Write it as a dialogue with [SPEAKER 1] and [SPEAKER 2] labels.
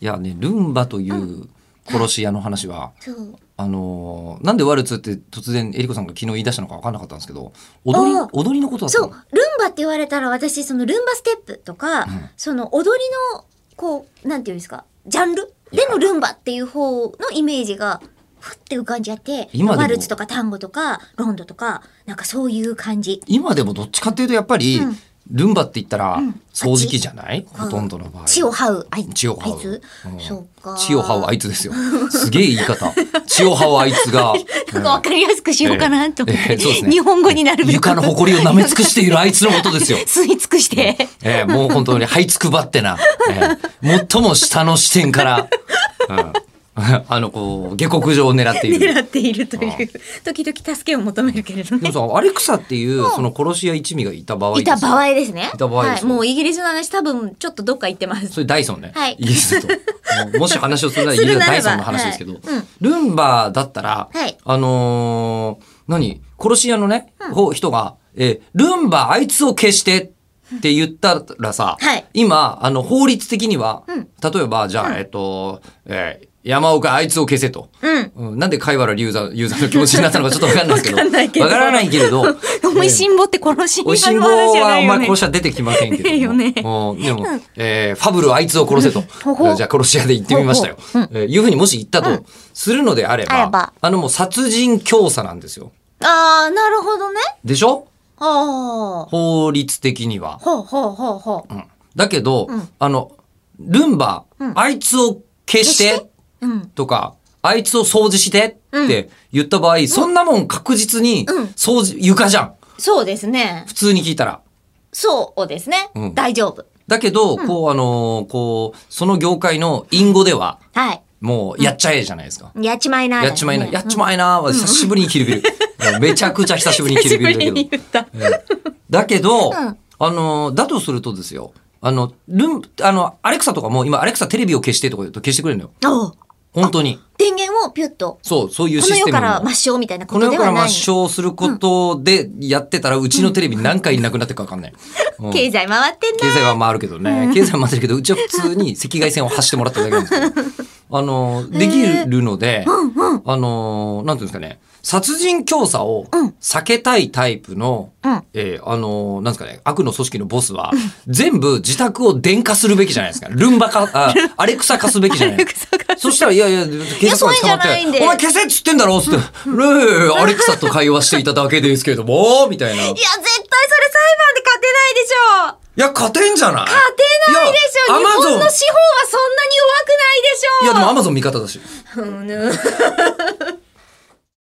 [SPEAKER 1] いやねルンバという殺し屋の話は、
[SPEAKER 2] そう。
[SPEAKER 1] あのーなんでワルツって突然えりこさんが昨日言い出したのか分かんなかったんですけど踊り
[SPEAKER 2] あー
[SPEAKER 1] 踊りのことだった
[SPEAKER 2] そう、ル
[SPEAKER 1] の
[SPEAKER 2] ンバって言われたら私、そのルンバステップとか、
[SPEAKER 1] ん
[SPEAKER 2] その踊りの、こう、なんていうんですか、ジャンルでのルンバっていう方のイメージが、ふって浮かんじゃって、
[SPEAKER 1] 今でも
[SPEAKER 2] ワルツとかタンゴとか、ロンドとか、なんかそういう感じ。
[SPEAKER 1] 今でもどっちかっていうとやっぱり、
[SPEAKER 2] うん
[SPEAKER 1] ルンバって言ったら
[SPEAKER 2] ん
[SPEAKER 1] 掃除機じゃない、ほとんどの場合
[SPEAKER 2] 血を這う、あい
[SPEAKER 1] 血を這う
[SPEAKER 2] あいつ、
[SPEAKER 1] うん
[SPEAKER 2] そうか。
[SPEAKER 1] 血を這うあ
[SPEAKER 2] い
[SPEAKER 1] いつですよすげえ言い方血を這うあいつ が、
[SPEAKER 2] なんかわかりやすくしようかなと思っ
[SPEAKER 1] え
[SPEAKER 2] て、
[SPEAKER 1] えそうですね
[SPEAKER 2] 日本語になるべく。
[SPEAKER 1] 床の埃を舐め尽くしているあいつのことですよ
[SPEAKER 2] 吸い尽くして。
[SPEAKER 1] えー、もう本当に這いつくばってな、えー最も下の視点から、うん、あのこう下克上を狙っている。
[SPEAKER 2] 狙っているという、時々助けを求めるけれど
[SPEAKER 1] で
[SPEAKER 2] ね
[SPEAKER 1] も。さアレクサっていうその殺し屋一味がいた場合
[SPEAKER 2] いた場
[SPEAKER 1] 合
[SPEAKER 2] 合ですね。
[SPEAKER 1] いた場合です
[SPEAKER 2] はい。もうイギリスの話多分ちょっとどっか行ってます。
[SPEAKER 1] それダイソンね、
[SPEAKER 2] はい
[SPEAKER 1] イギリス ともうもし話をするならイ
[SPEAKER 2] す
[SPEAKER 1] ギリ
[SPEAKER 2] る
[SPEAKER 1] スは
[SPEAKER 2] ならば
[SPEAKER 1] ダイソンの話ですけど、
[SPEAKER 2] はいうん
[SPEAKER 1] ルンバだったら、
[SPEAKER 2] はい
[SPEAKER 1] あのー何殺し屋のね、ほう人が、えールンバあいつを消して」って言ったらさ、
[SPEAKER 2] はい
[SPEAKER 1] 今あの法律的には、
[SPEAKER 2] うん
[SPEAKER 1] 例えばじゃあ、えっと、えー山岡あいつを消せと。
[SPEAKER 2] うん。
[SPEAKER 1] うん、なんで貝原龍山龍山の気持ちになったのかちょっとわかんないですけど。
[SPEAKER 2] わかんないけど
[SPEAKER 1] わからないけれど。
[SPEAKER 2] おいしんぼって殺し
[SPEAKER 1] おいし
[SPEAKER 2] 屋
[SPEAKER 1] ん
[SPEAKER 2] の
[SPEAKER 1] ぼ
[SPEAKER 2] 話じゃ
[SPEAKER 1] は
[SPEAKER 2] な
[SPEAKER 1] あ
[SPEAKER 2] い
[SPEAKER 1] んま
[SPEAKER 2] よ
[SPEAKER 1] り
[SPEAKER 2] ね
[SPEAKER 1] 殺。しは出てきませんけども。
[SPEAKER 2] 出てよね
[SPEAKER 1] うんでも、えーファブルあいつを殺せと。
[SPEAKER 2] ほほ
[SPEAKER 1] じゃあ殺し屋で言ってみましたよ。
[SPEAKER 2] ほほ
[SPEAKER 1] えーいうふうにもし言ったとするのであれば、
[SPEAKER 2] あれば
[SPEAKER 1] あのもう殺人教唆なんですよ。
[SPEAKER 2] ああ、なるほどね。
[SPEAKER 1] でしょ
[SPEAKER 2] ああ。
[SPEAKER 1] 法律的には。
[SPEAKER 2] ほうほうほうほう。
[SPEAKER 1] うんだけど、
[SPEAKER 2] うん
[SPEAKER 1] あの、ルンバ、あいつを消して、
[SPEAKER 2] 消してうん。
[SPEAKER 1] とか、あいつを掃除してって言った場合、そんなもん確実に
[SPEAKER 2] うん、
[SPEAKER 1] 掃除、床じゃん。
[SPEAKER 2] そうですね。
[SPEAKER 1] 普通に聞いたら。
[SPEAKER 2] そうですね。
[SPEAKER 1] うん
[SPEAKER 2] 大丈夫。
[SPEAKER 1] だけど、こう、あのーこう、その業界の隠語では、
[SPEAKER 2] はい。
[SPEAKER 1] もう、やっちゃえじゃないですか。
[SPEAKER 2] やっちまいなーだ
[SPEAKER 1] や
[SPEAKER 2] よね。
[SPEAKER 1] っちまいな、やっちまいな、は久しぶりにキルビル。いやめちゃくちゃ久しぶりにキ
[SPEAKER 2] 久
[SPEAKER 1] ル
[SPEAKER 2] し
[SPEAKER 1] ビルだけ
[SPEAKER 2] ぶり
[SPEAKER 1] ど。
[SPEAKER 2] に言った。
[SPEAKER 1] だけど、
[SPEAKER 2] ん
[SPEAKER 1] あのーだとするとですよ、あの、ルン、あの、アレクサとかも、今、アレクサテレビを消してとか言うと消してくれるのよ。
[SPEAKER 2] おう
[SPEAKER 1] 本当に。
[SPEAKER 2] 電源をピュッと。
[SPEAKER 1] そう、そういう
[SPEAKER 2] こ
[SPEAKER 1] シ
[SPEAKER 2] の
[SPEAKER 1] ス
[SPEAKER 2] 世
[SPEAKER 1] テム
[SPEAKER 2] から
[SPEAKER 1] も
[SPEAKER 2] 抹消みたいなこ
[SPEAKER 1] この
[SPEAKER 2] と
[SPEAKER 1] 世
[SPEAKER 2] で
[SPEAKER 1] か
[SPEAKER 2] は
[SPEAKER 1] ら抹
[SPEAKER 2] ない。
[SPEAKER 1] 消することでやってたら、うちのテレビ何回なくなってるかわかん ない。うん
[SPEAKER 2] 経済回ってん
[SPEAKER 1] 経
[SPEAKER 2] な。
[SPEAKER 1] 済は回るけどね。経済は回ってるけど、うちは普通 に赤外線を走ってもらっただけなんですけど。あの、できるので、あの、なんていうんですかね、殺人教唆を
[SPEAKER 2] うん
[SPEAKER 1] 避けたいタイプの、
[SPEAKER 2] うん
[SPEAKER 1] えーあの、なんですかね、悪の組織のボスは、全部自宅を電化するべきじゃないですか。ルンバ化、あアレクサ化すべきじゃない。そしたら、いやいや、警察官捕まっ
[SPEAKER 2] いやそういうんじゃないん
[SPEAKER 1] て、
[SPEAKER 2] で
[SPEAKER 1] お前消せっつってんだろっつって、ルー、アレクサと会話していただけですけれども、みたいな。い
[SPEAKER 2] いや、絶対それ裁判で勝てないでしょ
[SPEAKER 1] や、勝てんじゃない
[SPEAKER 2] 勝てないでしょ
[SPEAKER 1] いや Amazon
[SPEAKER 2] 日本の司法はそんなに弱くないでしょ
[SPEAKER 1] いやでもアマゾン味方だし。
[SPEAKER 2] うん